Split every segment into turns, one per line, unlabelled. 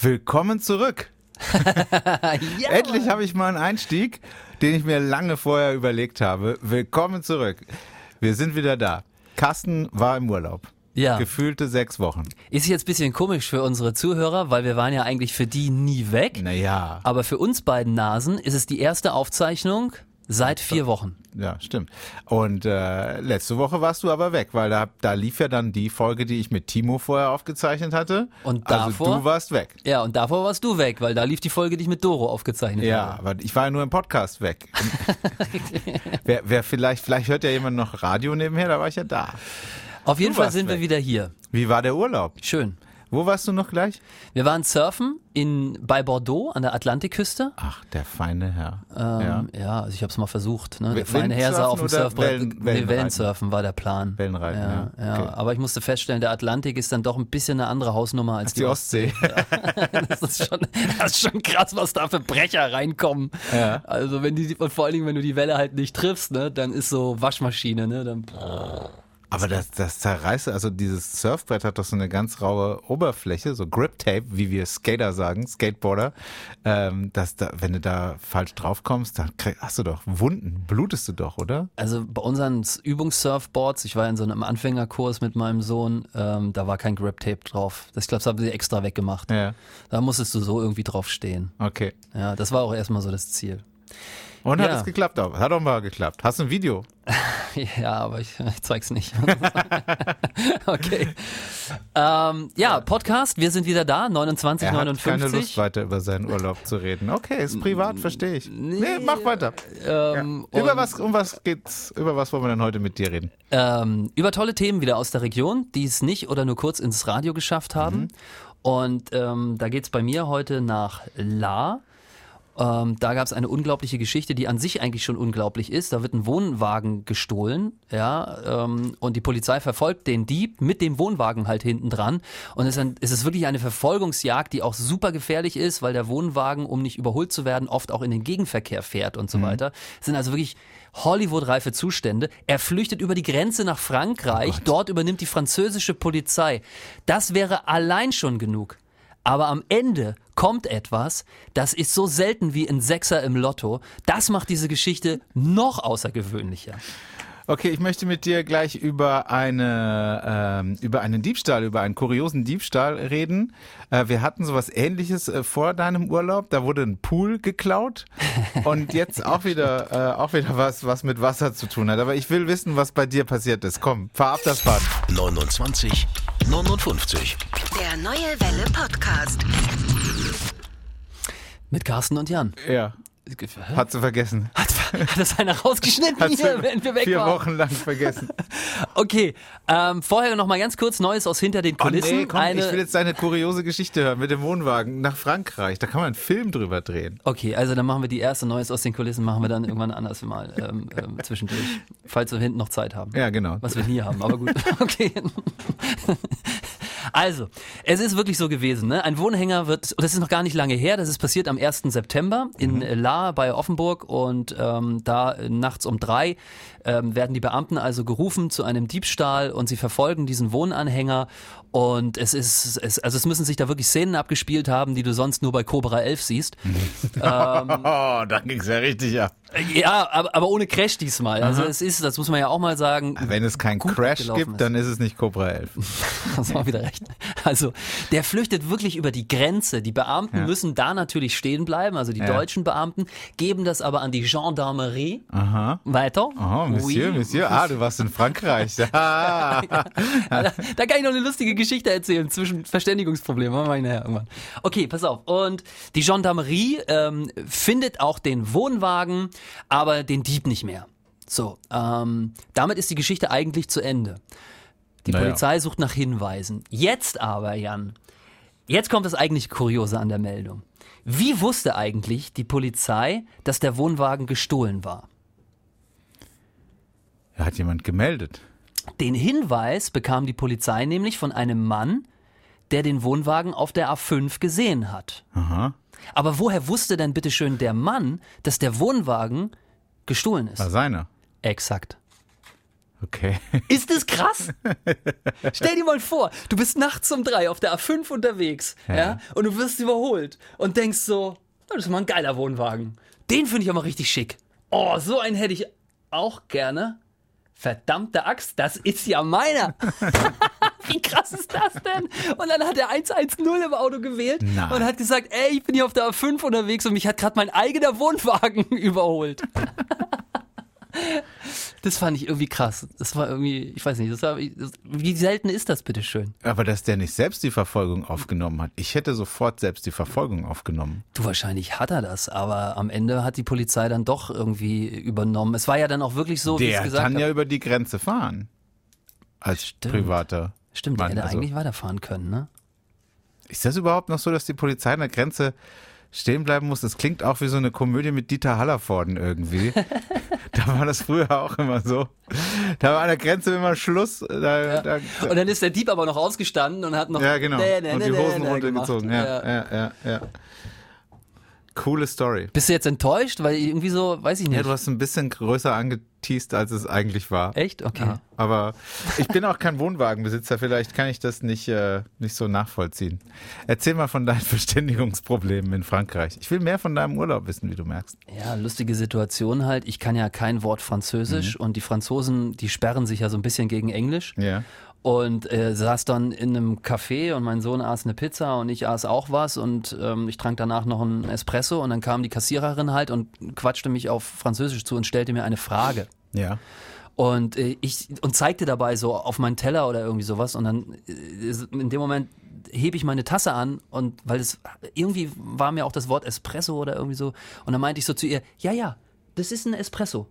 Willkommen zurück.
Ja,
Endlich habe ich mal einen Einstieg, den ich mir lange vorher überlegt habe. Willkommen zurück. Wir sind wieder da. Carsten war im Urlaub.
Ja.
Gefühlte sechs Wochen.
Ist jetzt ein bisschen komisch für unsere Zuhörer, weil wir waren ja eigentlich für die nie weg.
Naja.
Aber für uns beiden Nasen ist es die erste Aufzeichnung seit vier Wochen.
Ja, stimmt. Und äh, letzte Woche warst du aber weg, weil da, da lief ja dann die Folge, die ich mit Timo vorher aufgezeichnet hatte.
Und
Also
davor?
du warst weg.
Ja, und davor warst du weg, weil da lief die Folge, die ich mit Doro aufgezeichnet
Ja, aber ich war ja nur im Podcast weg. wer, wer vielleicht, vielleicht hört ja jemand noch Radio nebenher, da war ich ja da.
habe. Auf jeden
Du
Fall
warst
sind
weg.
wir wieder hier.
Wie war der Urlaub?
Schön.
Wo warst du noch gleich?
Wir waren surfen in, bei Bordeaux an der Atlantikküste.
Ach, der feine Herr. ja.
Ähm, ja. also ich habe es mal versucht. Ne? Der
Wel-
feine Herr sah auf dem
Windsurfen oder
Surfbrett.
Wellen-
nee,
Wellenreiten?
Wellensurfen war der Plan.
Wellenreiten,
ja.
ja.
ja.
Okay.
Aber ich musste feststellen, der Atlantik ist dann doch ein bisschen eine andere Hausnummer als
Die Ostsee.
Das ist, schon, das ist schon krass, was da für Brecher reinkommen.
Ja.
Also wenn die und vor allen Dingen, wenn du die Welle halt nicht triffst, ne, dann ist so Waschmaschine, ne, dann
Aber das, das zerreißt, also dieses Surfbrett hat doch so eine ganz raue Oberfläche, so Grip Tape, wie wir Skater sagen, Skateboarder. Ähm, dass da, wenn du da falsch drauf kommst, dann krieg, hast du doch Wunden, blutest du doch, oder?
also bei unseren Übungssurfboards, ich war in so einem Anfängerkurs mit meinem Sohn, ähm, da war kein Grip Tape drauf. Das ich glaube, das haben sie extra weggemacht.
Ja.
Da musstest du so irgendwie drauf stehen.
Okay.
Ja, das war auch erstmal so das Ziel.
Und hat
Ja.
es geklappt? auch? Hat auch mal geklappt. Hast du ein Video?
Ja, aber ich, ich zeig's nicht. okay. Ähm, ja, Podcast, wir sind wieder da, 29,
Er hat
59.
keine Lust, weiter über seinen Urlaub zu reden. Okay, ist privat, verstehe ich. Nee, mach weiter.
ähm,
Über
und-
was, um was geht's? Über was wollen wir denn heute mit dir reden?
ähm, über tolle Themen wieder aus der Region, die es nicht oder nur kurz ins Radio geschafft haben. Und ähm, da geht's bei mir heute nach La. Ähm, da gab's eine unglaubliche Geschichte, die an sich eigentlich schon unglaublich ist. Da wird ein Wohnwagen gestohlen, ja, ähm, und die Polizei verfolgt den Dieb mit dem Wohnwagen halt hinten dran. Und es ist, ein, es ist wirklich eine Verfolgungsjagd, die auch super gefährlich ist, weil der Wohnwagen, um nicht überholt zu werden, oft auch in den Gegenverkehr fährt und so weiter. Es sind also wirklich Hollywood-reife Zustände. Er flüchtet über die Grenze nach Frankreich. Dort übernimmt die französische Polizei. Das wäre allein schon genug. Aber am Ende kommt etwas, das ist so selten wie ein Sechser im Lotto. Das macht diese Geschichte noch außergewöhnlicher.
Okay, ich möchte mit dir gleich über eine ähm, über einen Diebstahl, über einen kuriosen Diebstahl reden. Äh, wir hatten sowas Ähnliches äh, vor deinem Urlaub. Da wurde ein Pool geklaut und jetzt auch wieder äh, auch wieder was, was mit Wasser zu tun hat. Aber ich will wissen, was bei dir passiert ist. Komm, fahr ab das Fahrrad.
29 59.
Der Neue Welle Podcast.
Mit Carsten und Jan.
Ja, hat sie vergessen.
Hat, hat das einer rausgeschnitten
Hat
hier, wenn wir weg
vier
waren?
Wochen lang vergessen.
Okay, ähm, vorher noch mal ganz kurz Neues aus hinter den
Oh,
Kulissen.
nee, komm,
Eine-
ich will jetzt deine kuriose Geschichte hören mit dem Wohnwagen nach Frankreich. Da kann man einen Film drüber drehen.
Okay, also dann machen wir die erste Neues aus den Kulissen, machen wir dann irgendwann anders mal ähm, ähm, zwischendurch, falls wir hinten noch Zeit haben.
Ja, genau.
Was wir nie haben, aber gut. Okay. Also, es ist wirklich so gewesen. Ne? Ein Wohnhänger wird, und das ist noch gar nicht lange her, das ist passiert am 1. September in Lahr bei Offenburg und ähm, da äh, nachts um drei ähm, werden die Beamten also gerufen zu einem Diebstahl und sie verfolgen diesen Wohnanhänger und es ist, es, also es müssen sich da wirklich Szenen abgespielt haben, die du sonst nur bei Cobra 11 siehst. Ähm,
Oh, da ging's ja richtig ab.
Ja, aber, aber ohne Crash diesmal. Also es ist, das muss man ja auch mal sagen.
Wenn es keinen
gut
Crash
abgelaufen
gibt, dann ist es nicht Cobra 11.
Hast du auch wieder recht. Also, der flüchtet wirklich über die Grenze. Die Beamten
Ja.
müssen da natürlich stehen bleiben, also die deutschen Beamten, geben das aber an die Gendarmerie
Aha.
weiter.
Oh, Monsieur,
Oui.
Monsieur. Ah, du warst in Frankreich. Ah.
Da, da kann ich noch eine lustige Geschichte erzählen zwischen Verständigungsproblemen. Machen wir nachher irgendwann. Okay, pass auf. Und die Gendarmerie ähm, findet auch den Wohnwagen, aber den Dieb nicht mehr. So, ähm, damit ist die Geschichte eigentlich zu Ende. Die
Naja.
Polizei sucht nach Hinweisen. Jetzt aber, Jan, jetzt kommt das eigentlich Kuriose an der Meldung. Wie wusste eigentlich die Polizei, dass der Wohnwagen gestohlen war?
Da hat jemand gemeldet.
Den Hinweis bekam die Polizei nämlich von einem Mann, der den Wohnwagen auf der A5 gesehen hat.
Aha.
Aber woher wusste denn bitte schön der
Also-
Mann, dass der Wohnwagen gestohlen ist?
War seiner.
Exakt.
Okay.
Ist das krass? Stell dir mal vor, du bist nachts um drei auf der A5 unterwegs ja. und du wirst überholt und denkst so, "Na, das ist mal ein geiler Wohnwagen. Den finde ich aber richtig schick. Oh, so einen hätte ich auch gerne. Verdammte Axt, das ist ja meiner. Wie krass ist das denn? Und dann hat er 110 im Auto gewählt
Nein.
und hat gesagt, ey, ich bin hier auf der A5 unterwegs und mich hat gerade mein eigener Wohnwagen überholt. Das fand ich irgendwie krass. Das war irgendwie, ich weiß nicht, das war, das, wie selten ist das bitte schön?
Aber dass der nicht selbst die Verfolgung aufgenommen hat. Ich hätte sofort selbst die Verfolgung aufgenommen.
Du, wahrscheinlich hat er das, aber am Ende hat die Polizei dann doch irgendwie übernommen. Es war ja dann auch wirklich so, wie ich es
der
gesagt
kann
habe.
ja über die Grenze fahren. Als
Stimmt.
privater.
Stimmt, der
Mann,
hätte
also-
eigentlich weiterfahren können, ne?
Ist das überhaupt noch so, dass die Polizei an der Grenze stehen bleiben muss? Das klingt auch wie so eine Komödie mit Dieter Hallervorden irgendwie. da war das früher auch immer so. Da war an der Grenze immer Schluss. äh, Da, da,
Und dann ist der Dieb aber noch ausgestanden und hat noch.
ja, genau.
Nee, nee,
Und
nee,
die
nee,
Hosen
nee
runtergezogen.
gemacht.
Ja, ja, ja, ja. Coole Story.
Bist du jetzt enttäuscht? Weil irgendwie so, weiß ich nicht.
Ja, du hast ein bisschen größer angeteased, als es eigentlich war.
Echt? Okay.
Ja, aber ich bin auch kein Wohnwagenbesitzer, vielleicht kann ich das nicht, äh, nicht so nachvollziehen. Erzähl mal von deinen Verständigungsproblemen in Frankreich. Ich will mehr von deinem Urlaub wissen, wie du merkst.
Ja, lustige Situation halt. Ich kann ja kein Wort Französisch und die Franzosen, die sperren sich ja so ein bisschen gegen Englisch.
Mhm. Ja.
Und äh, saß dann in einem Café und mein Sohn aß eine Pizza und ich aß auch was und ähm, ich trank danach noch einen Espresso und dann kam die Kassiererin halt und quatschte mich auf Französisch zu und stellte mir eine Frage.
Ja.
Und äh, ich und zeigte dabei so auf meinen Teller oder irgendwie sowas und dann äh, ist- in dem Moment hebe ich meine Tasse an und weil es irgendwie war mir auch das Wort Espresso oder irgendwie so und dann meinte ich so zu ihr, ja, ja, das ist ein Espresso.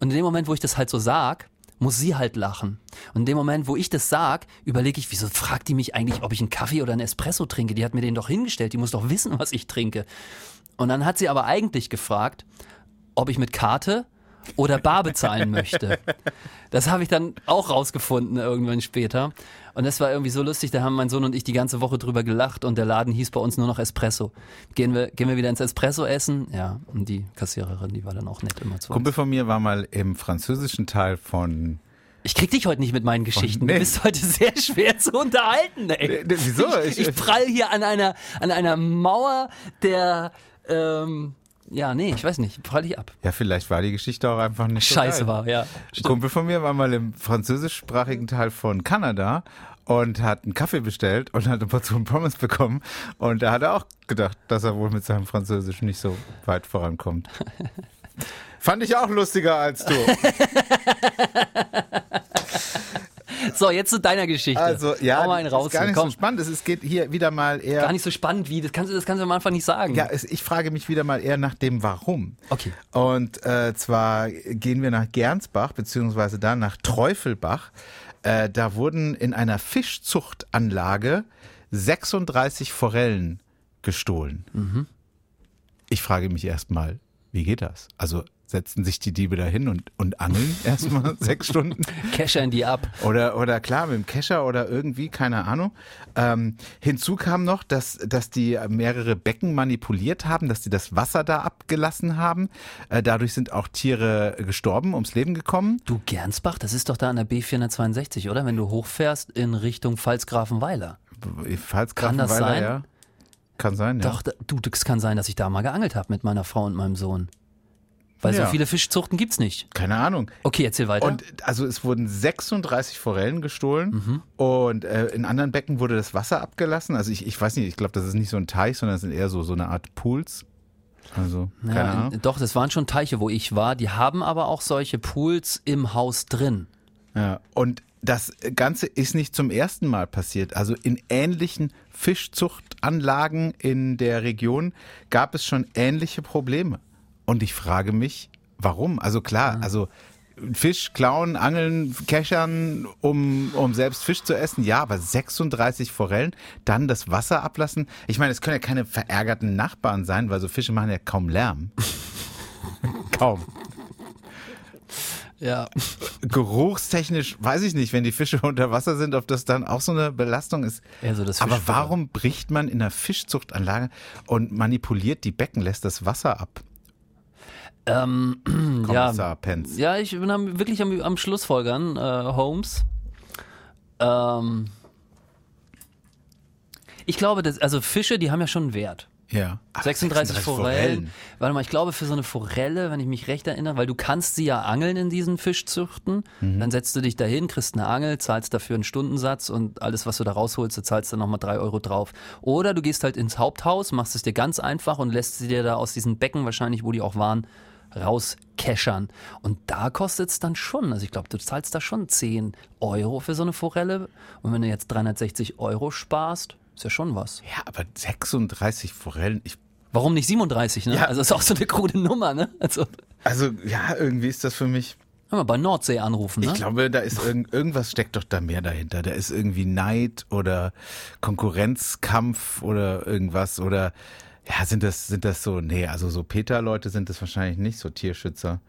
Und in dem Moment, wo ich das halt so sag, muss sie halt lachen. Und in dem Moment, wo ich das sag, überlege ich, wieso fragt die mich eigentlich, ob ich einen Kaffee oder einen Espresso trinke? Die hat mir den doch hingestellt, die muss doch wissen, was ich trinke. Und dann hat sie aber eigentlich gefragt, ob ich mit Karte oder bar bezahlen möchte. Das habe ich dann auch rausgefunden irgendwann später. Und das war irgendwie so lustig, da haben mein Sohn und ich die ganze Woche drüber gelacht und der Laden hieß bei uns nur noch Espresso. Gehen wir, gehen wir wieder ins Espresso essen? Ja, und die Kassiererin, die war dann auch nett immer zu uns.
Kumpel von mir war mal im französischen Teil von.
Ich krieg dich heute nicht mit meinen Geschichten.
nee.
Du bist heute sehr schwer zu unterhalten, ey.
Nee, nee, wieso?
Ich,
Ich- äh,
ich prall hier an einer, an einer Mauer der, ähm, ja, nee, ich weiß nicht, Ich prall dich ab.
Ja, vielleicht war die Geschichte auch einfach nicht so
Scheiße
geil.
war, ja.
Ein Kumpel von mir war mal im französischsprachigen Teil von Kanada und hat einen Kaffee bestellt und hat eine Portion Pommes bekommen. Und da hat er auch gedacht, dass er wohl mit seinem Französisch nicht so weit vorankommt. Fand ich auch lustiger als du.
So, jetzt zu deiner Geschichte.
Also, ja,
Hau mal einen
das
raus,
ist gar nicht
komm.
so spannend. Es ist, geht hier wieder mal eher.
gar nicht so spannend wie, das kannst, du- das kannst du am Anfang nicht sagen.
Ja, es, ich frage mich wieder mal eher nach dem Warum.
Okay.
Und äh, zwar gehen wir nach Gernsbach, beziehungsweise da nach Teufelbach. Äh, da wurden in einer Fischzuchtanlage 36 Forellen gestohlen. Ich frage mich erstmal, wie geht das? Also setzen sich die Diebe da hin und, und angeln erstmal sechs Stunden?
Cashern die ab.
Oder, oder klar, mit dem Kescher oder irgendwie, keine Ahnung. Ähm, hinzu kam noch, dass, dass die mehrere Becken manipuliert haben, dass die das Wasser da abgelassen haben. Äh, dadurch sind auch Tiere gestorben, ums Leben gekommen.
Du, Gernsbach, das ist doch da an der B462, oder? Wenn du hochfährst in Richtung Pfalzgrafenweiler.
Falls
Kann das sein?
Ja. Kann sein, ja.
Doch, da- du, es kann sein, dass ich da mal geangelt habe mit meiner Frau und meinem Sohn. Weil
Ja.
so viele Fischzuchten gibt's nicht.
Keine Ahnung.
Okay, erzähl weiter.
Und also es wurden 36 Forellen
Mhm.
gestohlen und äh, in anderen Becken wurde das Wasser abgelassen. Also ich, ich weiß nicht, ich glaube, das ist nicht so ein Teich, sondern es sind eher so, so eine Art Pools. Also, keine
Ja,
Ahnung.
in- doch, das waren schon Teiche, wo ich war. Die haben aber auch solche Pools im Haus drin.
Ja, und das Ganze ist nicht zum ersten Mal passiert. Also in ähnlichen Fischzuchtanlagen in der Region gab es schon ähnliche Probleme. Und ich frage mich, warum? Also klar, also Fisch klauen, angeln, keschern, um, um selbst Fisch zu essen, ja, aber 36 Forellen, dann das Wasser ablassen. Ich meine, es können ja keine verärgerten Nachbarn sein, weil so Fische machen ja kaum Lärm. kaum.
Ja.
geruchstechnisch, weiß ich nicht, wenn die Fische unter Wasser sind, ob das dann auch so eine Belastung ist.
Ja, so das
Aber
Fischfutter.
warum bricht man in einer Fischzuchtanlage und manipuliert die Becken, lässt das Wasser ab?
Ähm, ja,
Kommissar Pence.
ja, ich bin am, wirklich am, am Schlussfolgern, äh, Holmes. Ähm, ich glaube, dass, also Fische, die haben ja schon einen Wert.
Ja. Ach,
36, Forellen. Warte mal, ich glaube für so eine Forelle, wenn ich mich recht erinnere, weil du kannst sie ja angeln in diesen Fischzüchten, dann setzt du dich dahin, kriegst eine Angel, zahlst dafür einen Stundensatz und alles, was du da rausholst, du zahlst dann nochmal drei Euro drauf. Oder du gehst halt ins Haupthaus, machst es dir ganz einfach und lässt sie dir da aus diesen Becken wahrscheinlich, wo die auch waren, rauskeschern. Und da kostet es dann schon, also ich glaube, du zahlst da schon 10 Euro für so eine Forelle und wenn du jetzt 360 Euro sparst, ist ja schon was.
Ja, aber 36 Forellen. Ich,
Warum nicht 37, ne?
Ja.
Also ist auch so eine krude Nummer, ne? Also,
also ja, irgendwie ist das für mich.
mal bei Nordsee anrufen, ne?
Ich glaube, da ist irgend, irgendwas steckt doch da mehr dahinter. Da ist irgendwie Neid oder Konkurrenzkampf oder irgendwas oder ja, sind das sind das so nee, also so Peter Leute sind das wahrscheinlich nicht so Tierschützer.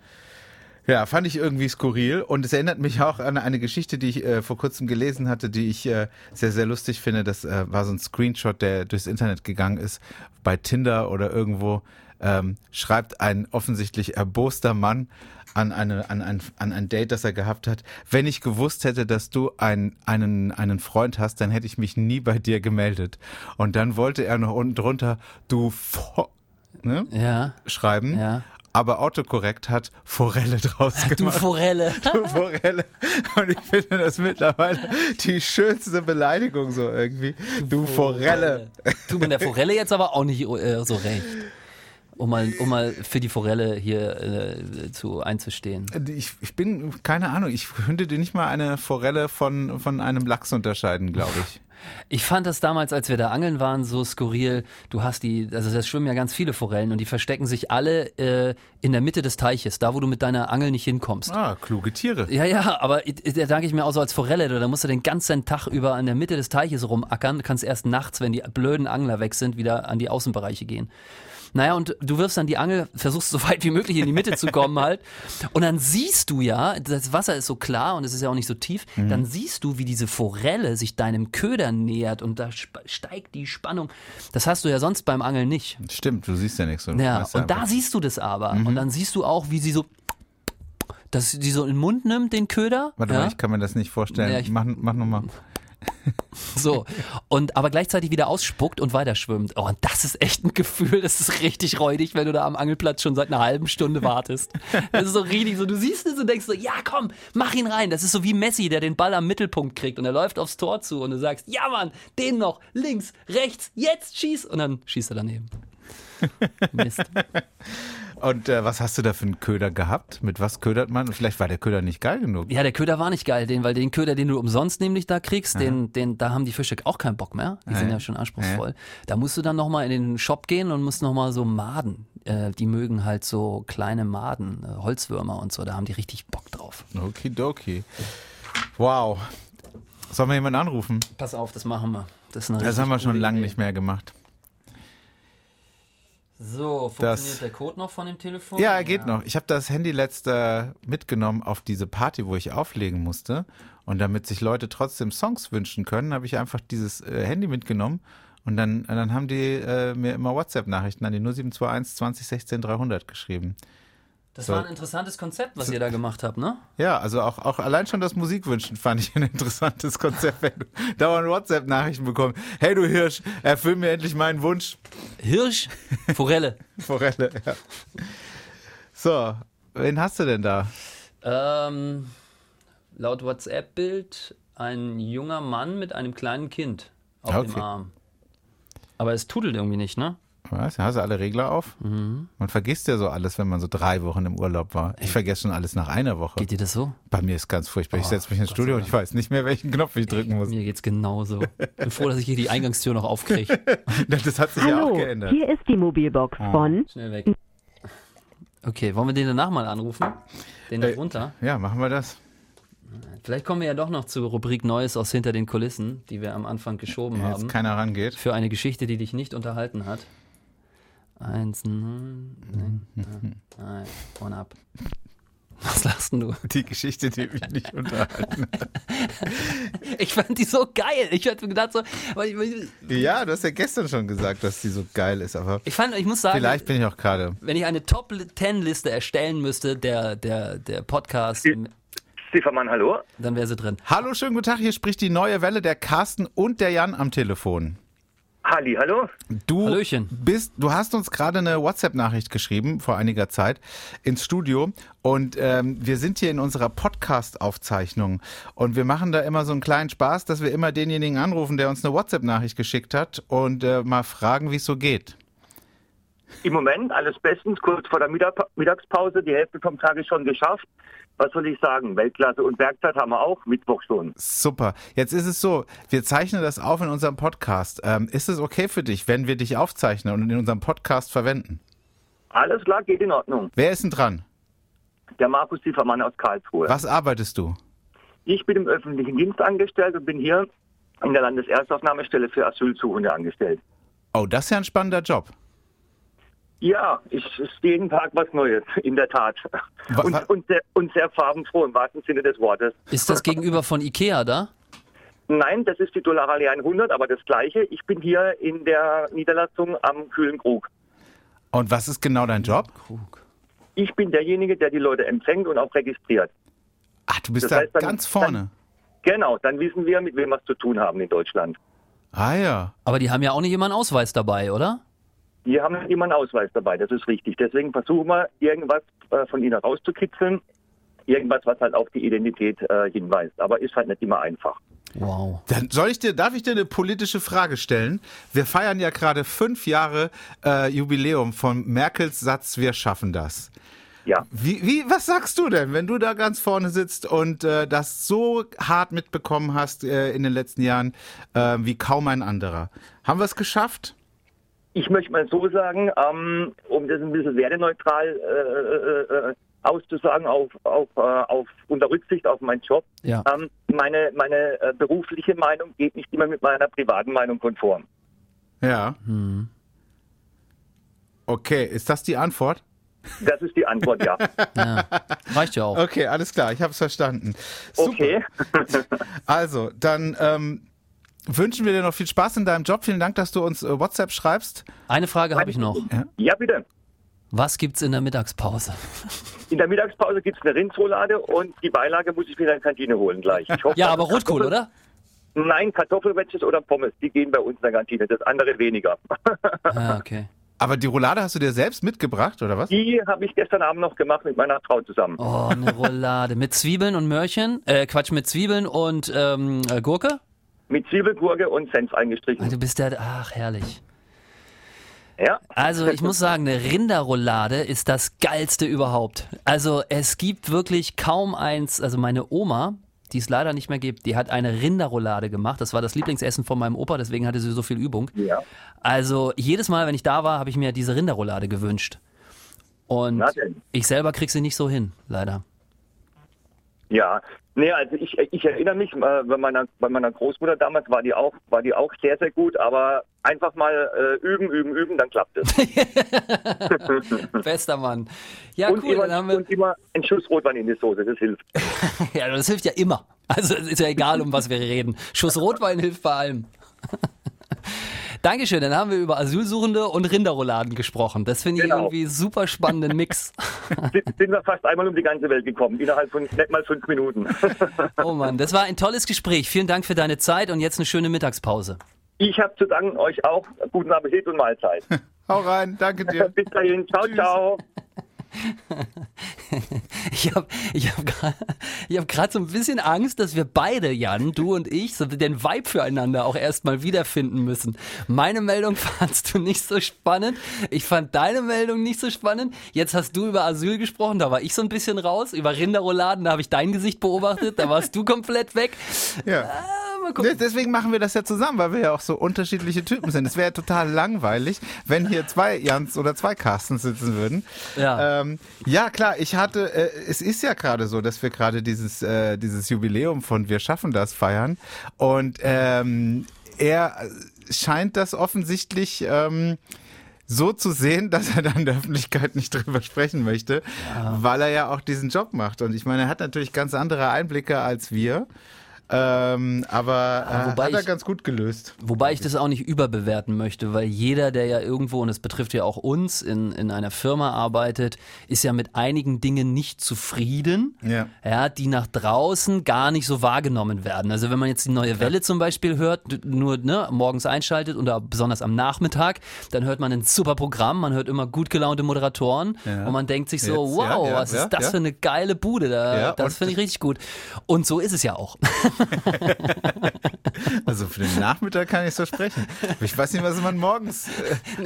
Ja, fand ich irgendwie skurril und es erinnert mich auch an eine Geschichte, die ich äh, vor kurzem gelesen hatte, die ich äh, sehr, sehr lustig finde. Das äh, war so ein Screenshot, der durchs Internet gegangen ist, bei Tinder oder irgendwo. Ähm, schreibt ein offensichtlich erboster Mann an, eine, an, ein, an ein Date, das er gehabt hat. Wenn ich gewusst hätte, dass du ein, einen, einen Freund hast, dann hätte ich mich nie bei dir gemeldet. Und dann wollte er noch unten drunter, du Fo ne?
Ja.
schreiben.
Ja.
Aber autokorrekt hat Forelle draus
Du
gemacht.
Forelle.
Du Forelle. Und ich finde das mittlerweile die schönste Beleidigung so irgendwie. Du Forelle.
Du mit der Forelle jetzt aber auch nicht äh, so recht. Um mal, um mal für die Forelle hier äh, zu einzustehen.
Ich, ich bin, keine Ahnung, ich könnte dir nicht mal eine Forelle von, von einem Lachs unterscheiden, glaube ich.
Ich fand das damals, als wir da angeln waren, so skurril. Du hast die, also das schwimmen ja ganz viele Forellen und die verstecken sich alle äh, in der Mitte des Teiches, da wo du mit deiner Angel nicht hinkommst.
Ah, kluge Tiere.
Ja, ja, aber i- i- da denke ich mir auch so als Forelle, da musst du den ganzen Tag über an der Mitte des Teiches rumackern, kannst erst nachts, wenn die blöden Angler weg sind, wieder an die Außenbereiche gehen. Naja, und du wirfst dann die Angel, versuchst so weit wie möglich in die Mitte zu kommen halt. Und dann siehst du ja, das Wasser ist so klar und es ist ja auch nicht so tief, dann siehst du, wie diese Forelle sich deinem Köder nähert und da sp- steigt die Spannung. Das hast du ja sonst beim Angeln nicht.
Stimmt, du siehst ja nichts. du
Ja,
weißt
und da
einfach- Mhm.
siehst du das aber. Und dann siehst du auch, wie sie so, dass sie so in den Mund nimmt, den Köder.
Warte
ja?
mal, ich kann mir das nicht vorstellen.
Ja, ich-
mach mach nochmal.
So. Und aber gleichzeitig wieder ausspuckt und weiterschwimmt. Oh, und das ist echt ein Gefühl, das ist richtig räudig, wenn du da am Angelplatz schon seit einer halben Stunde wartest. Das ist so richtig. So, du siehst es und denkst so, ja komm, mach ihn rein. Das ist so wie Messi, der den Ball am Mittelpunkt kriegt und er läuft aufs Tor zu und du sagst, ja Mann, den noch, links, rechts, jetzt schieß. Und dann schießt er daneben. Mist.
Und äh, was hast du da für einen Köder gehabt? Mit was ködert man? Vielleicht war der Köder nicht geil genug.
Ja, der Köder war nicht geil, den, weil den Köder, den du umsonst nämlich da kriegst, den, den, da haben die Fische auch keinen Bock mehr. Die sind ja schon anspruchsvoll. Da musst du dann nochmal in den Shop gehen und musst nochmal so Maden, äh, die mögen halt so kleine Maden, äh, Holzwürmer und so, da haben die richtig Bock drauf.
Okidoki. Wow. Sollen wir jemanden anrufen?
Pass auf, das machen wir. Das, ist eine
Das
richtig
haben wir schon
gute
lange
Idee.
nicht mehr gemacht.
So, funktioniert
Das-
der Code noch von dem Telefon?
Ja, geht noch. Ich habe das Handy letzter mitgenommen auf diese Party, wo ich auflegen musste. Und damit sich Leute trotzdem Songs wünschen können, habe ich einfach dieses äh, Handy mitgenommen. Und dann, dann haben die äh, mir immer WhatsApp-Nachrichten an die 0721 2016 300 geschrieben.
Das war ein interessantes Konzept, was ihr da gemacht habt, ne?
Ja, also auch, auch allein schon das Musikwünschen fand ich ein interessantes Konzept, wenn du dauernd WhatsApp-Nachrichten bekommst. Hey du Hirsch, erfüll mir endlich meinen Wunsch.
Hirsch, Forelle.
Forelle, ja. So, wen hast du denn da?
Ähm, laut WhatsApp-Bild ein junger Mann mit einem kleinen Kind auf dem
Okay.
Arm. Aber es tudelt irgendwie nicht, ne?
Was? Hast du alle Regler auf?
Mhm.
Man vergisst ja so alles, wenn man so drei Wochen im Urlaub war. Ich vergesse schon alles nach einer Woche.
Geht dir das so?
Bei mir ist ganz furchtbar.
Oh,
Ich setze mich ins Studio und ich weiß nicht mehr, welchen Knopf ich drücken muss.
Mir geht's genauso. Ich bin froh, dass ich hier die Eingangstür noch aufkriege.
Das hat sich ja auch
Hallo,
geändert. Ah.
hier ist die Mobilbox von
Schnell weg. Okay, wollen wir den danach mal anrufen? Den da runter.
Ja, machen wir das.
Vielleicht kommen wir ja doch noch zur Rubrik Neues aus hinter den Kulissen, die wir am Anfang geschoben
Wenn
haben.
jetzt keiner rangeht.
Für eine Geschichte, die dich nicht unterhalten hat. Eins, neun, neun, neun, und ab. Was lachst denn du?
Die Geschichte, die mich nicht unterhalten. hat.
Ich fand die so geil. Ich hatte mir gedacht so, weil ich,
Ja, du hast ja gestern schon gesagt, dass die so geil ist, aber
ich fand, ich muss sagen,
vielleicht bin ich auch gerade.
wenn ich eine Top 10 Liste erstellen müsste, der der der Podcast,
Stefan, hallo.
dann wäre sie drin.
Hallo, schönen guten Tag. Hier spricht die neue Welle, der Carsten und der Jan am Telefon.
Halli, hallo.
Du
Hallöchen.
bist, du hast uns gerade eine WhatsApp-Nachricht geschrieben vor einiger Zeit ins Studio und ähm, wir sind hier in unserer Podcast-Aufzeichnung und wir machen da immer so einen kleinen Spaß, dass wir immer denjenigen anrufen, der uns eine WhatsApp-Nachricht geschickt hat und äh, mal fragen, wie es so geht.
Im Moment alles bestens, kurz vor der Mittag Mittagspause, die Hälfte vom Tag ist schon geschafft. Was soll ich sagen? Weltklasse und Werkzeit haben wir auch, Mittwoch schon.
Super. Jetzt ist es so, wir zeichnen das auf in unserem Podcast. Ähm, ist es okay für dich, wenn wir dich aufzeichnen und in unserem Podcast verwenden?
Alles klar, geht in Ordnung.
Wer ist denn dran?
Der Markus Ziefermann aus Karlsruhe.
Was arbeitest du?
Ich bin im öffentlichen Dienst angestellt und bin hier in der Landeserstaufnahmestelle für Asylsuchende angestellt.
Oh, das ist ja ein spannender Job.
Ja, ich es ist jeden Tag was Neues, in der Tat.
Wa-
Und,
wa-
und, sehr, und sehr farbenfroh im wahrsten Sinne des Wortes.
Ist das gegenüber von Ikea da?
Nein, das ist die Dollarallee 100, aber das gleiche. Ich bin hier in der Niederlassung am Kühlen Krug.
Und was ist genau dein Job?
Krug.
Ich bin derjenige, der die Leute empfängt und auch registriert.
Ach, du bist
Das
da
heißt, dann-
ganz vorne.
Genau, dann wissen wir, mit wem wir es zu tun haben in Deutschland.
Ah ja.
Aber die haben ja auch nicht immer einen Ausweis dabei, oder?
Wir haben nicht immer einen Ausweis dabei, das ist richtig. Deswegen versuchen wir, irgendwas äh, von ihnen rauszukitzeln. Irgendwas, was halt auf die Identität äh, hinweist. Aber ist halt nicht immer einfach.
Wow.
Dann soll ich dir, darf ich dir eine politische Frage stellen? Wir feiern ja gerade fünf Jahre äh, Jubiläum von Merkels Satz, wir schaffen das.
Ja.
Wie, wie, was sagst du denn, wenn du da ganz vorne sitzt und äh, das so hart mitbekommen hast äh, in den letzten Jahren äh, wie kaum ein anderer? Haben wir es geschafft?
Ich möchte mal so sagen, ähm, um das ein bisschen werteneutral äh, äh, äh, auszusagen, auf, auf, äh, auf, unter Rücksicht auf meinen Job.
Ja.
Ähm, meine meine äh, berufliche Meinung geht nicht immer mit meiner privaten Meinung konform.
Ja.
Hm.
Okay, ist das die Antwort?
Das ist die Antwort, ja.
Reicht ja auch.
Okay, alles klar, ich habe es verstanden. Super.
Okay.
Also, dann ähm, wünschen wir dir noch viel Spaß in deinem Job. Vielen Dank, dass du uns äh, WhatsApp schreibst.
Eine Frage habe ich noch.
Ja, bitte.
Was gibt's in der Mittagspause?
In der Mittagspause gibt es eine Rindsroulade und die Beilage muss ich mir in der Kantine holen gleich. Ich hoffe,
Ja, aber Rotkohl, oder?
Nein, Kartoffelwedges oder Pommes, die gehen bei uns in der Kantine, das andere weniger.
Ah, okay.
Aber die Roulade hast du dir selbst mitgebracht, oder was?
Die habe ich gestern Abend noch gemacht mit meiner Frau zusammen.
Oh, eine Roulade. Mit Zwiebeln und Möhrchen? Äh, Quatsch, mit Zwiebeln und ähm, äh, Gurke?
Mit Zwiebelgurke und Senf
Ah,
eingestrichen.
Du bist der. Ach, herrlich.
Ja,
Also, ich muss sagen, eine Rinderroulade ist das geilste überhaupt. Also, es gibt wirklich kaum eins. Also, meine Oma, die es leider nicht mehr gibt, die hat eine Rinderroulade gemacht. Das war das Lieblingsessen von meinem Opa, deswegen hatte sie so viel Übung.
ja.
Also, jedes Mal, wenn ich da war, habe ich mir diese Rinderroulade gewünscht. Und
Na denn.
ich selber krieg sie nicht so hin, leider.
Ja, nee, also ich, ich erinnere mich, äh, bei meiner, bei meiner Großmutter damals war die auch, war die auch sehr, sehr gut, aber einfach mal äh, üben, üben, üben, dann klappt es.
Bester Mann. Ja,
und,
cool. Dann haben wir,
immer, und immer ein Schuss Rotwein in die Soße, das hilft.
ja, das hilft ja immer. Also es ist ja egal, um was wir reden. Schuss Rotwein hilft bei allem. Dankeschön, dann haben wir über Asylsuchende und Rinderrouladen gesprochen. Das finde ich
Genau.
irgendwie super spannenden Mix.
sind, sind wir fast einmal um die ganze Welt gekommen, innerhalb von nicht mal fünf Minuten.
Oh Mann, das war ein tolles Gespräch. Vielen Dank für deine Zeit und jetzt eine schöne Mittagspause.
Ich habe zu danken euch auch. Guten Appetit und Mahlzeit.
Hau rein, danke dir.
Bis dahin. Ciao, ciao.
Ich habe ich hab gerade hab grad so ein bisschen Angst, dass wir beide, Jan, du und ich, so den Vibe füreinander auch erstmal wiederfinden müssen. Meine Meldung fandst du nicht so spannend. Ich fand deine Meldung nicht so spannend. Jetzt hast du über Asyl gesprochen, da war ich so ein bisschen raus. Über Rinderrouladen, da habe ich dein Gesicht beobachtet, da warst du komplett weg.
Ja.
Mal gucken.
Ne, Deswegen machen wir das ja zusammen, weil wir ja auch so unterschiedliche Typen sind. Es wäre ja total langweilig, wenn hier zwei Jans oder zwei Carstens sitzen würden.
Ja.
ähm, ja klar, ich hatte, äh, es ist ja gerade so, dass wir gerade dieses, äh, dieses Jubiläum von Wir schaffen das feiern. Und ähm, er scheint das offensichtlich ähm, so zu sehen, dass er da in der Öffentlichkeit nicht drüber sprechen möchte, weil er ja auch diesen Job macht. Und ich meine, er hat natürlich ganz andere Einblicke als wir. Ähm, aber äh,
wobei
hat er
ich-
ganz gut gelöst.
Wobei ich das auch nicht überbewerten möchte, weil jeder, der ja irgendwo, und das betrifft ja auch uns, in, in einer Firma arbeitet, ist ja mit einigen Dingen nicht zufrieden,
Ja.
Ja, die nach draußen gar nicht so wahrgenommen werden. Also wenn man jetzt die neue Welle zum Beispiel hört, d- nur ne, morgens einschaltet oder besonders am Nachmittag, dann hört man ein super Programm, man hört immer gut gelaunte Moderatoren und man denkt sich so,
Jetzt, ja,
wow,
ja,
was
ja,
ist das
ja.
für eine geile Bude, da,
Ja, und-
das finde ich richtig gut. Und so ist es ja auch.
Also für den Nachmittag kann ich so sprechen. Aber ich weiß nicht, was man morgens äh,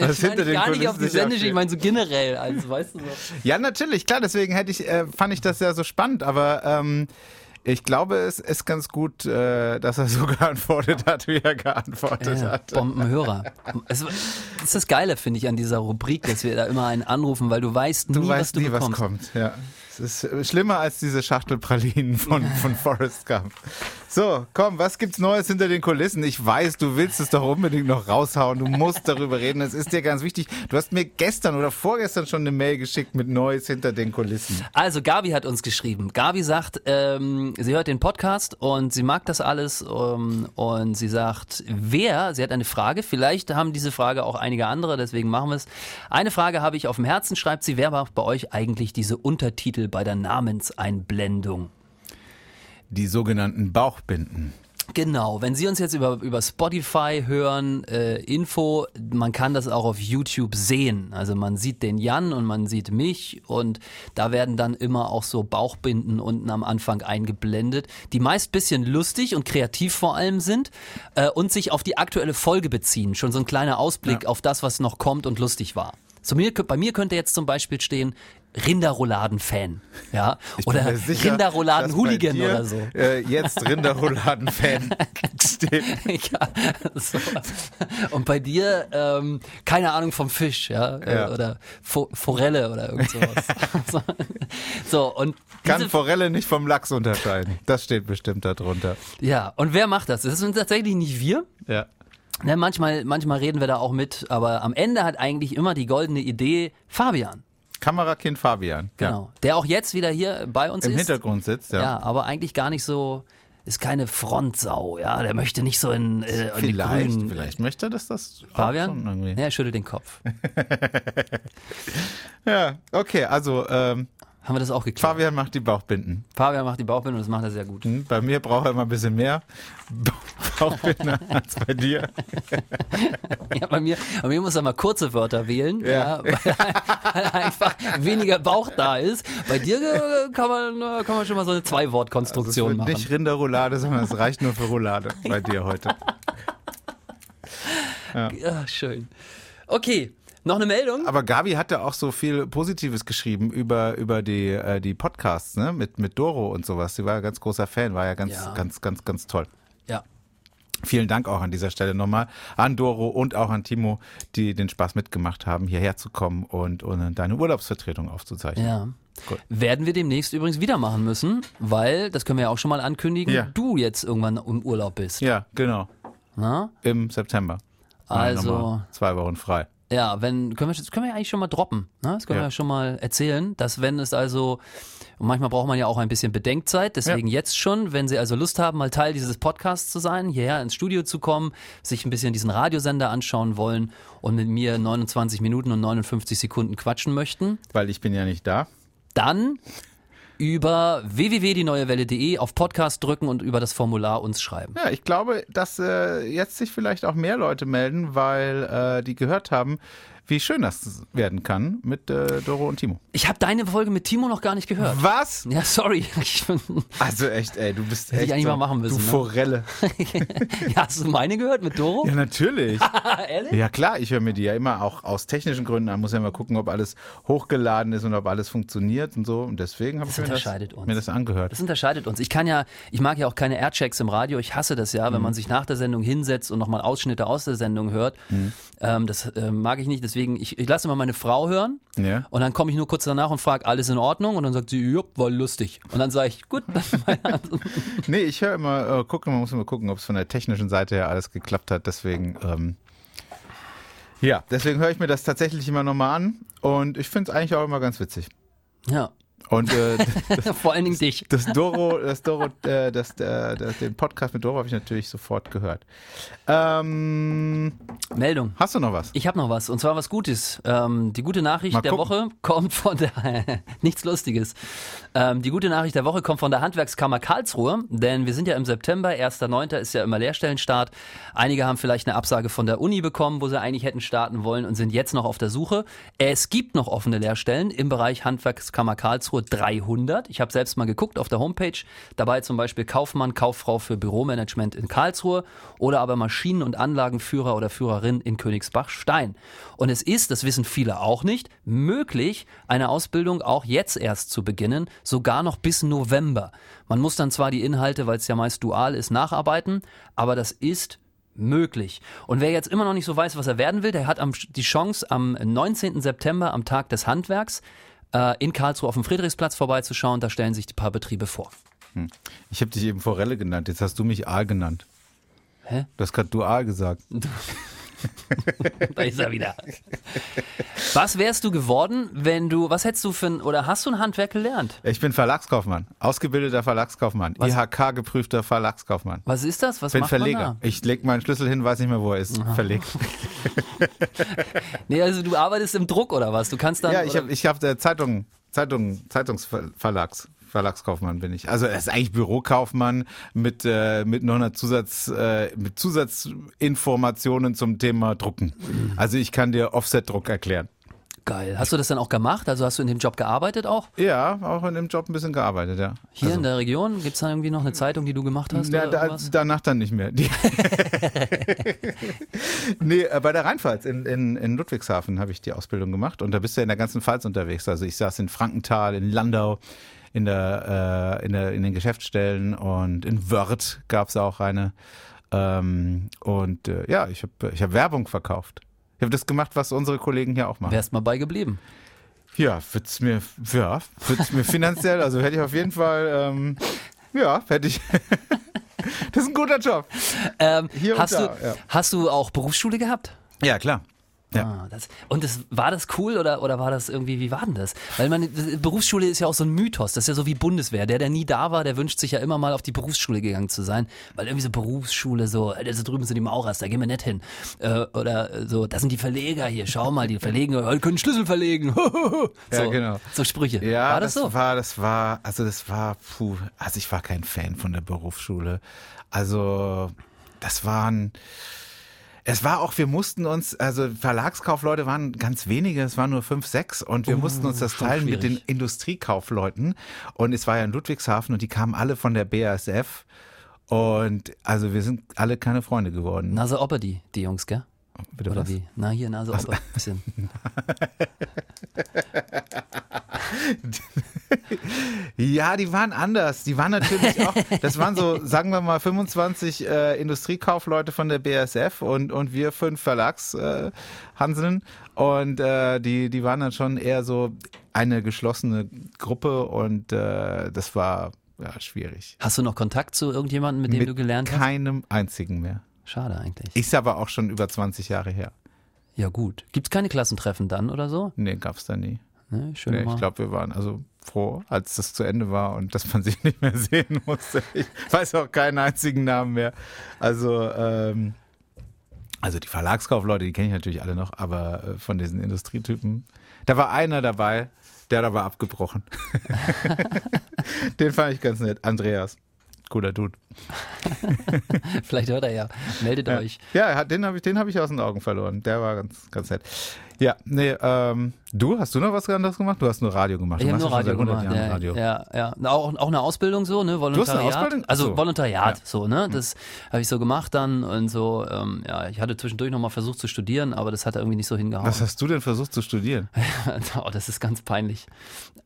was
ich meine
hinter den
gar nicht
Kulissen
auf die
sich
Sendung,
abspielt.
ich meine so generell, also weißt du so.
Ja, natürlich, klar, deswegen hätte ich, äh, fand ich das ja so spannend, aber ähm, ich glaube, es ist ganz gut, äh, dass er so geantwortet hat, wie er geantwortet
Ja,
hat.
Bombenhörer. Es, war- das ist das Geile, finde ich, an dieser Rubrik, dass wir da immer einen anrufen, weil du weißt nie,
Du
was
weißt
du
nie, was
bekommst.
kommt. Ja. Es ist äh, schlimmer als diese Schachtelpralinen von, von Forrest Gump. So, komm, was gibt's Neues hinter den Kulissen? Ich weiß, du willst es doch unbedingt noch raushauen. Du musst darüber reden. Das ist dir ganz wichtig. Du hast mir gestern oder vorgestern schon eine Mail geschickt mit Neues hinter den Kulissen.
Also Gabi hat uns geschrieben. Gabi sagt, ähm, sie hört den Podcast und sie mag das alles ähm, und sie sagt, wer, sie hat eine Frage, vielleicht haben diese Frage auch einige andere, deswegen machen wir es. Eine Frage habe ich auf dem Herzen, schreibt sie, wer macht bei euch eigentlich diese Untertitel bei der Namenseinblendung?
Die sogenannten Bauchbinden.
Genau, wenn Sie uns jetzt über, über Spotify hören, äh, Info, man kann das auch auf YouTube sehen. Also man sieht den Jan und man sieht mich und da werden dann immer auch so Bauchbinden unten am Anfang eingeblendet, die meist bisschen lustig und kreativ vor allem sind äh, und sich auf die aktuelle Folge beziehen. Schon so ein kleiner Ausblick auf das, was noch kommt und lustig war. Zu mir, bei mir könnte jetzt zum Beispiel stehen Rinderrouladen-Fan, ja, oder
Bin mir Äh, sicher,
Rinderrouladen-Hooligan
dass bei dir,
oder so.
Äh, jetzt Rinderrouladen-Fan steht.
ja, so. Und bei dir, ähm, keine Ahnung vom Fisch, ja, äh,
Ja.
oder Fo Forelle oder irgend sowas. so. so, und
Kann
diese,
Forelle nicht vom Lachs unterscheiden. Das steht bestimmt darunter.
ja, und wer macht das? Das sind tatsächlich nicht wir.
Ja.
Ne, manchmal, manchmal reden wir da auch mit, aber am Ende hat eigentlich immer die goldene Idee Fabian.
Kamerakind Fabian.
Genau. Der auch jetzt wieder hier bei uns
Ja. Im
ist.
Hintergrund sitzt, ja.
Ja. aber eigentlich gar nicht so, ist keine Frontsau, ja. Der möchte nicht so in, äh, in die
Vielleicht,
Grünen.
vielleicht möchte er, dass das auch schon
Fabian?
irgendwie.
Ja, er schüttelt den Kopf.
Ja, okay, also ähm,
Haben wir das auch geklärt?
Fabian macht die Bauchbinden.
Fabian macht die Bauchbinde und das macht er sehr gut.
Hm, Bei mir braucht er immer ein bisschen mehr Bauchbinden als bei dir.
Ja, bei, mir, bei mir muss er mal kurze Wörter wählen, ja.
Ja.
weil, weil einfach weniger Bauch da ist. Bei dir äh, kann man, äh, kann man schon mal so
Also,
eine
Das
Zwei-Wort-Konstruktion
wird
machen.
nicht Rinderroulade, sondern es reicht nur für Roulade bei dir heute.
Ja, schön. Okay, noch eine Meldung?
Aber Gabi hat ja auch so viel Positives geschrieben über, über die, äh, die Podcasts, ne? Mit, mit Doro und sowas. Sie war ja ganz großer Fan, war ja ganz,
Ja.
ganz, ganz, ganz toll.
Ja.
Vielen Dank auch an dieser Stelle nochmal an Doro und auch an Timo, die den Spaß mitgemacht haben, hierher zu kommen und, und deine Urlaubsvertretung aufzuzeichnen.
Ja. Werden wir demnächst übrigens wieder machen müssen, weil, das können wir ja auch schon mal ankündigen,
Ja.
du jetzt irgendwann im Urlaub bist.
Ja, genau.
Na?
Im September. Mal
Also-
nochmal zwei Wochen frei.
Ja, wenn, können wir, das können wir eigentlich schon mal droppen. Ne? Das können
Ja.
wir schon mal erzählen, dass wenn es also, und manchmal braucht man ja auch ein bisschen Bedenkzeit, deswegen jetzt schon, wenn Sie also Lust haben, mal Teil dieses Podcasts zu sein, hierher ins Studio zu kommen, sich ein bisschen diesen Radiosender anschauen wollen und mit mir 29 Minuten und 59 Sekunden quatschen möchten,
Weil ich bin ja nicht da.
dann über www.dieneuewelle.de auf Podcast drücken und über das Formular uns schreiben.
Ja, ich glaube, dass äh, jetzt sich vielleicht auch mehr Leute melden, weil äh, die gehört haben, wie schön das werden kann mit äh, Doro und Timo.
Ich habe deine Folge mit Timo noch gar nicht gehört.
Was?
Ja, sorry. Ich bin,
Also echt, ey, du bist
ich
echt
eigentlich
so,
mal machen müssen,
Du
ne?
Forelle.
ja, hast du meine gehört mit Doro?
Ja, natürlich.
Ehrlich?
Ja klar, ich höre mir die ja immer auch aus technischen Gründen an. Muss ja mal gucken, ob alles hochgeladen ist und ob alles funktioniert und so. Und deswegen habe ich mir das,
unterscheidet uns.
mir das angehört.
Das unterscheidet uns. Ich kann ja, ich mag ja auch keine Airchecks im Radio. Ich hasse das ja, wenn man sich nach der Sendung hinsetzt und nochmal Ausschnitte aus der Sendung hört. Ähm, das äh, mag ich nicht. Deswegen, ich, ich lasse immer meine Frau hören.
Ja.
Und dann komme ich nur kurz danach und frage, alles in Ordnung? Und dann sagt sie, jupp, war lustig. Und dann sage ich, gut, dann
Nee, ich höre immer, äh, gucken, man muss immer gucken, ob es von der technischen Seite her alles geklappt hat. Deswegen ähm, Ja, deswegen höre ich mir das tatsächlich immer nochmal an und ich finde es eigentlich auch immer ganz witzig.
Ja.
Und äh,
Vor allen Dingen dich.
das Doro, das Doro, äh, das, äh, das, den Podcast mit Doro habe ich natürlich sofort gehört. Ähm,
Meldung.
hast du noch was?
Ich habe noch was, und zwar was Gutes. Ähm, die gute Nachricht
Mal
der
gucken.
Woche kommt von der. nichts Lustiges. Ähm, die gute Nachricht der Woche kommt von der Handwerkskammer Karlsruhe, denn wir sind ja im September, 1.9. ist ja immer Lehrstellenstart. Einige haben vielleicht eine Absage von der Uni bekommen, wo sie eigentlich hätten starten wollen und sind jetzt noch auf der Suche. Es gibt noch offene Lehrstellen im Bereich Handwerkskammer Karlsruhe 300. Ich habe selbst mal geguckt auf der Homepage. Dabei zum Beispiel Kaufmann, Kauffrau für Büromanagement in Karlsruhe oder aber Maschinen- und Anlagenführer oder Führerin in Königsbach-Stein. Und es ist, das wissen viele auch nicht, möglich, eine Ausbildung auch jetzt erst zu beginnen, sogar noch bis November. Man muss dann zwar die Inhalte, weil es ja meist dual ist, nacharbeiten, aber das ist möglich. Und wer jetzt immer noch nicht so weiß, was er werden will, der hat am, die Chance, am 19. September, am Tag des Handwerks, äh, in Karlsruhe auf dem Friedrichsplatz vorbeizuschauen. Da stellen sich die paar Betriebe vor.
Ich habe dich eben Forelle genannt, jetzt hast du mich Aal genannt.
Hä?
Du hast gerade Dual gesagt.
Da ist er wieder. Was wärst du geworden, wenn du, was hättest du für ein, oder hast du ein Handwerk gelernt?
Ich bin Verlagskaufmann, ausgebildeter Verlagskaufmann, IHK-geprüfter Verlagskaufmann.
Was ist das? Was
bin
macht
Verleger.
man
Ich leg meinen Schlüssel hin, weiß nicht mehr, wo er ist. Verlegt.
da? Nee, also du arbeitest im Druck oder was? Du kannst dann.
Ja, ich
oder-
habe ich hab, äh, Zeitung, Zeitung, Zeitungsverlags. Verlagskaufmann bin ich. Also er ist eigentlich Bürokaufmann mit, äh, mit noch einer Zusatz, äh, mit Zusatzinformationen zum Thema Drucken.
Mhm.
Also ich kann dir Offset-Druck erklären.
Geil. Hast du das dann auch gemacht? Also hast du in dem Job gearbeitet auch?
Ja, auch in dem Job ein bisschen gearbeitet, ja.
Hier in der Region? Gibt es da irgendwie noch eine Zeitung, die du gemacht hast?
Ja,
oder
da, also
irgendwas?
danach dann nicht mehr. Die nee, äh, bei der Rheinpfalz in, in, in Ludwigshafen habe ich die Ausbildung gemacht und da bist du in der ganzen Pfalz unterwegs. Also ich saß in Frankenthal, in Landau, in, der, äh, in, der, in den Geschäftsstellen und in Wörth gab es auch eine. Ähm, und äh, ja, ich habe ich hab Werbung verkauft. Ich habe das gemacht, was unsere Kollegen hier auch machen.
Wärst mal bei geblieben.
Ja, wird's mir, ja, wird's mir finanziell, also hätte ich auf jeden Fall, ähm, ja, hätte ich. das ist ein guter Job.
Ähm,
Hier und
hast,
da,
du,
ja.
hast du auch Berufsschule gehabt?
Ja, klar. Ja.
Ah, das, und das, war das cool oder, oder war das irgendwie, wie war denn das? Weil man, Berufsschule ist ja auch so ein Mythos, das ist ja so wie Bundeswehr. Der, der nie da war, der wünscht sich ja immer mal auf die Berufsschule gegangen zu sein, weil irgendwie so Berufsschule so, Alter, so drüben sind die Maurers, da gehen wir nicht hin. Äh, oder so, da sind die Verleger hier, schau mal, die verlegen, oh, können Schlüssel verlegen. so,
Ja, genau.
So Sprüche.
Ja,
war das, so?
war, das war, also das war, puh, also ich war kein Fan von der Berufsschule. Also, das waren, es war auch, wir mussten uns, also Verlagskaufleute waren ganz wenige, es waren nur fünf, sechs und wir mussten uns das
Oh, schon
teilen mit den
schwierig.
Industriekaufleuten und es war ja in Ludwigshafen und die kamen alle von der BASF und also wir sind alle keine Freunde geworden.
Nase Opper, die, die Jungs, gell?
Bitte
Oder
was?
wie? Na, hier, Nase Opper. Bisschen.
Ja, die waren anders. Die waren natürlich auch, das waren so, sagen wir mal, 25 äh, Industriekaufleute von der BASF und, und wir fünf Verlagshanseln. Äh, Hanseln. und äh, die, die waren dann schon eher so eine geschlossene Gruppe und äh, das war ja, schwierig.
Hast du noch Kontakt zu irgendjemandem, mit dem
Mit
du gelernt hast?
keinem einzigen mehr.
Schade eigentlich.
Ist aber auch schon über 20 Jahre her.
Ja, gut. Gibt's keine Klassentreffen dann oder so?
Nee, gab's da nie.
Ne, schön
Nee,
mal.
ich glaube, wir waren also froh, als das zu Ende war und dass man sich nicht mehr sehen musste. Ich weiß auch keinen einzigen Namen mehr. Also, ähm, also die Verlagskaufleute, die kenne ich natürlich alle noch, aber äh, von diesen Industrietypen, da war einer dabei, der hat aber abgebrochen. Den fand ich ganz nett. Andreas. Cooler Dude.
Vielleicht hört er ja. Meldet euch.
Ja, er hat- den habe ich, den hab ich aus den Augen verloren. Der war ganz, ganz nett. Ja, nee, ähm, du, hast du noch was anderes gemacht? Du hast nur Radio gemacht.
Ich
Du
habe
machst
nur
ja schon seit 100
Radio
Jahren
gemacht. Ja,
Radio.
ja, ja. Na, Auch, auch eine Ausbildung so, ne?
hast eine
Volontariat.
Ausbildung? Ach so. Hm.
Also Volontariat, so, ne? Das habe ich so gemacht dann und so. Ähm, ja, ich hatte zwischendurch nochmal versucht zu studieren, aber das hat irgendwie nicht so hingehauen.
Was hast du denn versucht zu studieren?
oh, das ist ganz peinlich.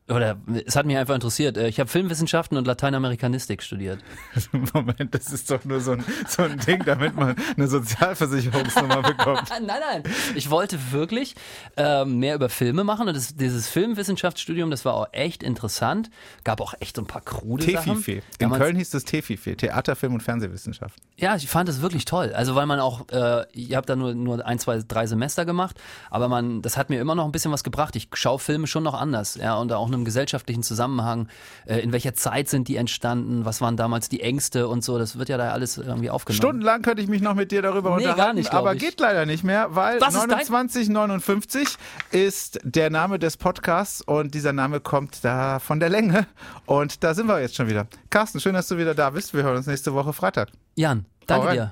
Oder es hat mich einfach interessiert. Äh, Ich habe Filmwissenschaften und Lateinamerikanistik studiert.
Also, Moment, das ist doch nur so ein, so ein Ding, damit man eine Sozialversicherungsnummer bekommt.
Ah, Nein, nein. Ich wollte wirklich ähm, mehr über Filme machen. Und das, dieses Filmwissenschaftsstudium, das war auch echt interessant. Gab auch echt so ein paar krude Sachen.
Tefife. In
Damals-
Köln hieß das Tefife, Theater, Film und Fernsehwissenschaft.
Ja, ich fand es wirklich toll. Also weil man auch, äh, ich habe da nur, nur ein, zwei, drei Semester gemacht, aber man, das hat mir immer noch ein bisschen was gebracht. Ich schaue Filme schon noch anders, ja, unter auch einem gesellschaftlichen Zusammenhang. Äh, in welcher Zeit sind die entstanden? Was waren damals die Ängste und so? Das wird ja da alles irgendwie aufgenommen.
Stundenlang könnte ich mich noch mit dir darüber
Nee,
unterhalten,
gar nicht, glaub
aber
ich.
geht leider nicht mehr, weil
Was ist dein-
2959 ist der Name des Podcasts und dieser Name kommt da von der Länge und da sind wir jetzt schon wieder. Carsten, schön, dass du wieder da bist. Wir hören uns nächste Woche Freitag.
Jan, danke
Hau rein.
dir.